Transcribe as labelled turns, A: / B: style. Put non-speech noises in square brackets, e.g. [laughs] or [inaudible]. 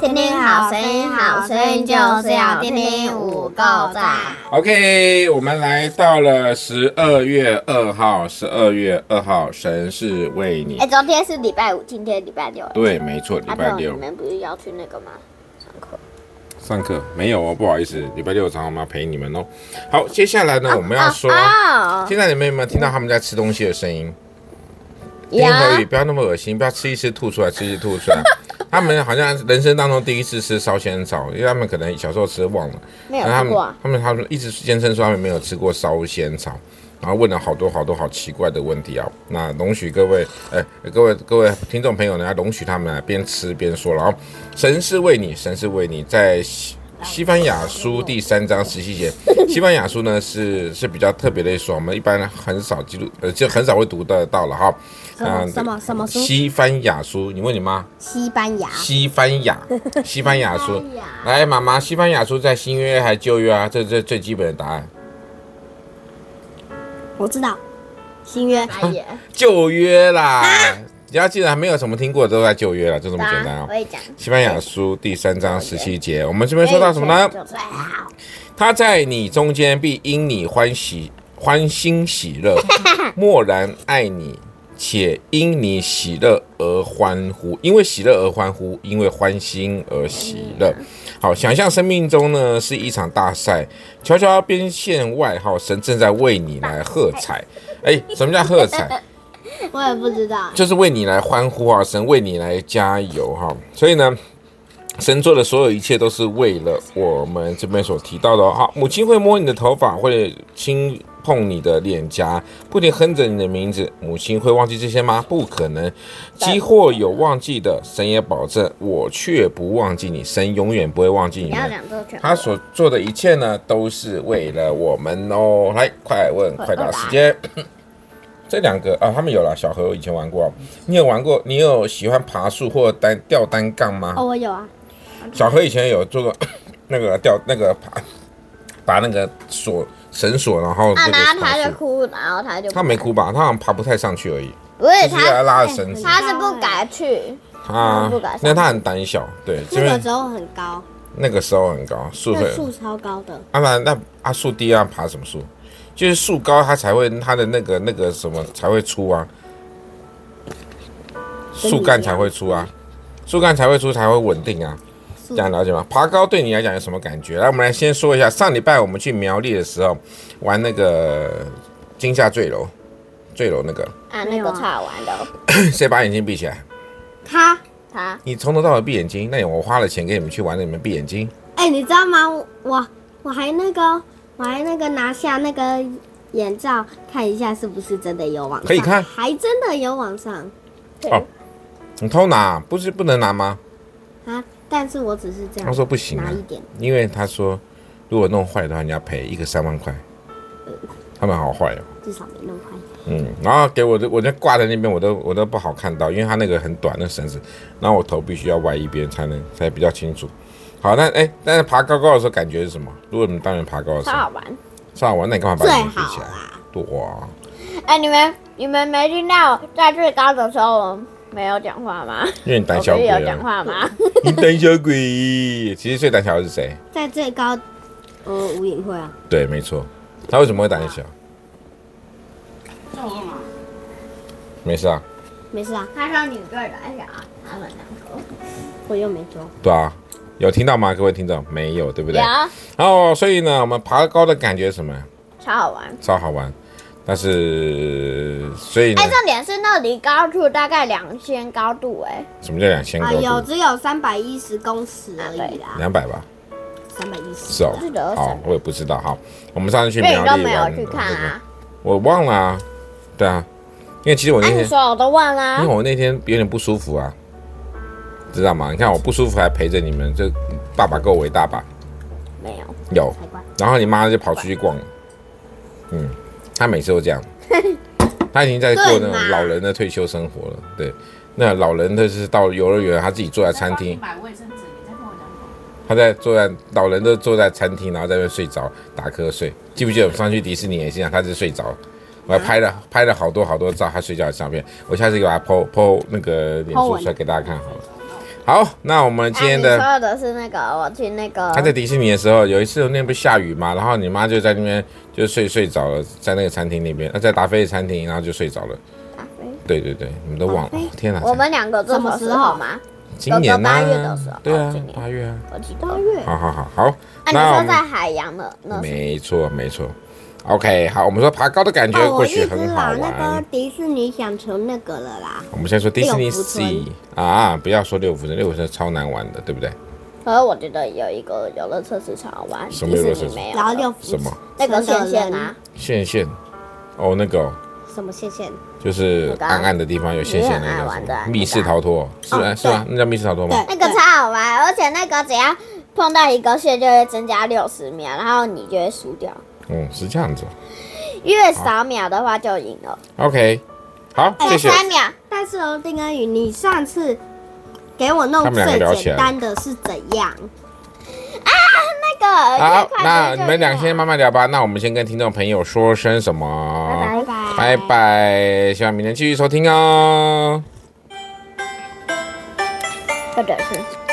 A: 听听好声音，好声音就是要听听五够赞。
B: OK，我们来到了十二月二号，十二月二号，神是为你。
A: 哎，昨天是礼拜五，今天礼拜六。
B: 对，没错，礼
A: 啊，
B: 拜
A: 不然
B: 六
A: 你们不是要去那个吗？上课。
B: 上课没有哦，不好意思，礼拜六早上我们要陪你们哦。好，接下来呢，
A: 啊
B: 我们要说，啊
A: 哦，
B: 现在你们有没有听到他们在吃东西的声音？
A: 有
B: 丁和宇，不要那么恶心，不要吃一吃吐出来，吃一吃
A: [laughs]
B: 吐出来。他们好像人生当中第一次吃烧仙草，因为他们可能小时候吃忘了，
A: 没有
B: 然后他
A: 吃
B: 们
A: 过啊？
B: 他们他们一直坚称说他们没有吃过烧仙草，然后问了好多好多好奇怪的问题啊。那容许各位，呃，各位各位听众朋友呢，要容许他们啊边吃边说。然后，神是为你，神是为你，在西西班牙书第三章十七节，西班牙书呢是是比较特别的一书，我们一般很少记录，呃，就很少会读得到了哈。
C: 什么
B: 啊
C: 什么什么书
B: 西班牙书，你问你妈。
C: 西班牙
B: 西班
A: [laughs]
B: 牙，西班牙书
A: 西班牙。
B: 来，妈妈，西班牙书在新约还是旧约啊？这这最基本的答案。
C: 我知道，新约
A: 白眼。
B: [laughs] 旧约啦，只要记得还没有什么听过的都在旧约了，就这么
A: 啊答
B: 简单啊
A: 我。也讲。
B: 西班牙书第三章十七节，我们这边说到什么呢？
A: 最哎好。
B: 他在你中间必因你欢喜欢欣喜乐，默然爱你，且因你喜乐而欢呼，因为喜乐而欢呼，因为欢欣而喜乐。好，想象生命中呢是一场大赛，悄悄边线外，好，神正在为你来喝彩。哎，什么叫喝彩？
C: 我也不知道，
B: 就是为你来欢呼啊，神为你来加油哈、所以呢，神做的所有一切都是为了我们这边所提到的哦哈、母亲会摸你的头发，会轻碰你的脸颊，不停哼着你的名字。母亲会忘记这些吗？不可能，即或有忘记的，神也保证我却不忘记你，神永远不会忘记你
A: 你要
B: 们。
A: 讲这全部。
B: 他所做的一切呢，都是为了我们哦。来，快问快答时间。 [coughs] 这两个啊，他们有了。小何我以前玩过，你有玩过？你有喜欢爬树或单吊单杠吗？
C: 哦，我有啊，
B: 小何以前有做过 [coughs] 那个吊那个爬，把那个锁绳索，然后
A: 啊，
B: 这个
A: 然后
B: 爬
A: 他就
B: 树。
A: 哭，然后他就
B: 他没哭吧？他好像爬不太上去而已，
A: 不是
B: 就是要
A: 他，
B: 拉着绳子
A: 他是不敢去。
B: 啊
A: 不敢上。去
B: 那他很胆小，对，
C: 那
B: 这
C: 个
B: 边
C: 时候很高，
B: 那个时候很高，树
C: 那
B: 很
C: 树超高的，
B: 啊，那那啊树低啊，爬什么树？就是树高，它才会它的那个那个什么才会出啊，树干才会出啊，树干才会出才会稳定啊，这样了解吗？爬高对你来讲有什么感觉？来，我们来先说一下，上礼拜我们去苗栗的时候玩那个惊吓坠楼，坠楼那个， [coughs]
A: 啊，
C: 没
A: 那
C: 有
A: 个
C: 啊
A: 超好玩的哦，
B: 谁把眼睛闭起来？
C: 他，
A: 他
B: 你从头到尾闭眼睛，那我花了钱给你们去玩，你们闭眼睛。
C: 哎，你知道吗？我我还那个我还那个拿下那个眼罩看一下是不是真的有往上，
B: 可以看
C: 还真的有往上
B: 哦，你偷拿不是不能拿吗？
C: 啊，但是我只是这
B: 他
C: 样
B: 说不行啊
C: 拿。一点，
B: 因为他说，如果弄坏的话，你要赔一个三万块。他们好坏哦，
C: 至少没弄坏。
B: 嗯，然后给我的，我就挂在那边，我都我都不好看到，因为他那个很短的绳子，然后我头必须要歪一边才能才比较清楚。好，那哎，但是爬高高的时候感觉是什么？如果你们当年爬高的时
A: 超
B: 候，
A: 好玩。
B: 算了，我那你干嘛把
C: 最
B: 眼睛闭起
C: 好
B: 来
C: 啦？
B: 对啊哇，
A: 哎，你们你们没听到在最高的时候我没有讲话吗？
B: 因为你
A: 我
B: 胆
A: 不
B: 小
A: 是
B: 鬼
A: 有讲
B: 啊，
A: 话吗？
B: [laughs] 你胆小鬼。其实最胆小的是谁？
C: 在最高，呃，无影会啊，
B: 对，没错。他为什么会胆小？没事啊，
C: 没事啊，
A: [laughs] 他说你对来讲，他们
C: 我又没说。
B: 对啊，有听到吗？各位听众，没有，对不对？
A: 有
B: 然后，所以呢，我们爬高的感觉是什么？
A: 超好玩。
B: 超好玩。但是，所以呢
A: 哎，，重点是那里高处大概两千高度，哎，
B: 什么叫两千
C: 啊，
B: 高
C: 有
B: 度？
C: 只有三百一十公尺而已啦，
B: 两百吧？
C: 三百一十。
B: 是哦
A: 是的。
B: 好，我也不知道。好，我们上次去
A: 因为
B: 苗
A: 你都
B: 栗
A: 没有
B: 玩，
A: 去看啊。
B: 我忘了啊。对啊，因为其实我那
A: 哎，你
B: 天，
A: 说我都忘啊啦
B: 因为。我那天有点不舒服啊，知道吗？你看我不舒服还陪着你们，这爸爸够伟大吧？
A: 没有，
B: 有
C: 才怪。
B: 然后你妈就跑出去逛了。嗯，她每次都这样，她已经在过那
C: 对嘛
B: 种老人的退休生活了。对，那老人他是到游乐园，他自己坐在餐厅，
D: 买卫生纸，你再跟我讲什么
B: 他在坐在老人都坐在餐厅，然后在那边睡着打瞌睡。记不记得我们上去迪士尼也是一样，他是睡着。我还拍了拍了好多好多照他睡觉的照片，我下次给他 PO PO 那个脸
C: po
B: 书
C: 文
B: 出来给大家看好了。好，那我们今天
A: 啊、
B: 的
A: 你说的是那个，我去那个，
B: 他在迪士尼的时候，有一次那不是下雨嘛，然后你妈就在那边就睡睡着了，在那个餐厅那边，呃在达菲的餐厅，然后就睡着了。
A: 咖啡
B: 对对对，你们都忘了，
C: 达菲
B: 哦天哪！
A: 我们两个这么时候吗？
B: 今年呢、
A: 八月的时候
B: 对
A: 哦
B: 啊
A: 今，年
B: 八月啊，
A: 我记得。
C: 八月
B: 好好好好，
A: 啊，你
B: 那我
A: 说
B: 们
A: 在海洋的那是
B: 没错没错。OK，好，我们说爬高的感觉
C: 哦，我
B: 或
C: 一
B: 许
C: 直
B: 很好
C: 把
B: 玩。
C: 那个迪士尼想成那个了啦。
B: 我们现在说迪士尼
C: 六福
B: Sea 啊，不要说六福村，六福村超难玩的，对不对？
A: 可是我觉得有一个游乐设施超好玩，
B: 什么游乐设施
A: 迪士尼没有的
C: 然后六福
B: 什么
A: 那个线线啊，
B: 线线，哦，那个哦、
C: 什么线线？
B: 就是
A: 那个啊
B: 暗暗的地方有线线
A: 你很
B: 那
A: 爱
B: 个叫
A: 玩
B: 什
A: 的啊
B: 么密室逃脱，是
C: 哦
B: 吗？是吗？那叫密室逃脱吗？
C: 对
A: 那个超好玩，而且那个只要碰到一个线就会增加六十秒，然后你就会输掉，
B: 嗯，是这样子。
A: 越少秒的话就赢了，
B: OK，好，谢
A: 就
B: 谢。
A: 哎三秒。
C: 但是哦，丁恩宇，你上次给我弄
B: 他们
C: 最
B: 两个聊起
C: 简
B: 来
C: 单的是怎样？
A: 那个
B: 好
A: 越，快
B: 那
A: 就
B: 你们俩先慢慢聊吧。那我们先跟听众朋友说声什么？
C: 拜拜
B: 拜拜，希望明天继续收听哦。
A: 或者是。